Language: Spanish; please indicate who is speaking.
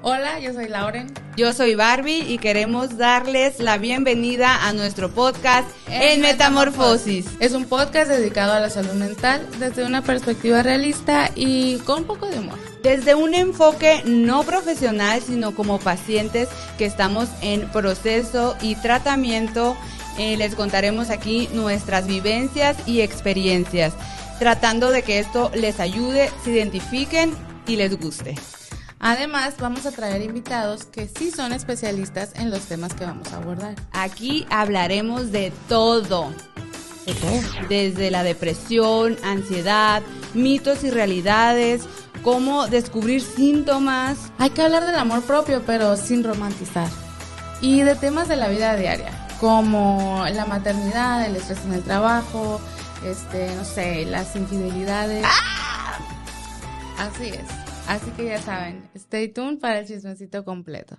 Speaker 1: Hola, yo soy Lauren.
Speaker 2: Yo soy Barbie y queremos darles la bienvenida a nuestro podcast En Metamorfosis.
Speaker 1: Es un podcast dedicado a la salud mental desde una perspectiva realista y con un poco de humor.
Speaker 2: Desde un enfoque no profesional, sino como pacientes que estamos en proceso y tratamiento, eh, les contaremos aquí nuestras vivencias y experiencias, tratando de que esto les ayude, se identifiquen y les guste.
Speaker 1: Además, vamos a traer invitados que sí son especialistas en los temas que vamos a abordar.
Speaker 2: Aquí hablaremos de todo.
Speaker 1: ¿De todo?
Speaker 2: Desde la depresión, ansiedad, mitos y realidades, cómo descubrir síntomas.
Speaker 1: Hay que hablar del amor propio, pero sin romantizar. Y de temas de la vida diaria, como la maternidad, el estrés en el trabajo, este, no sé, las infidelidades. Así es. Así que ya saben, stay tuned para el chismecito completo.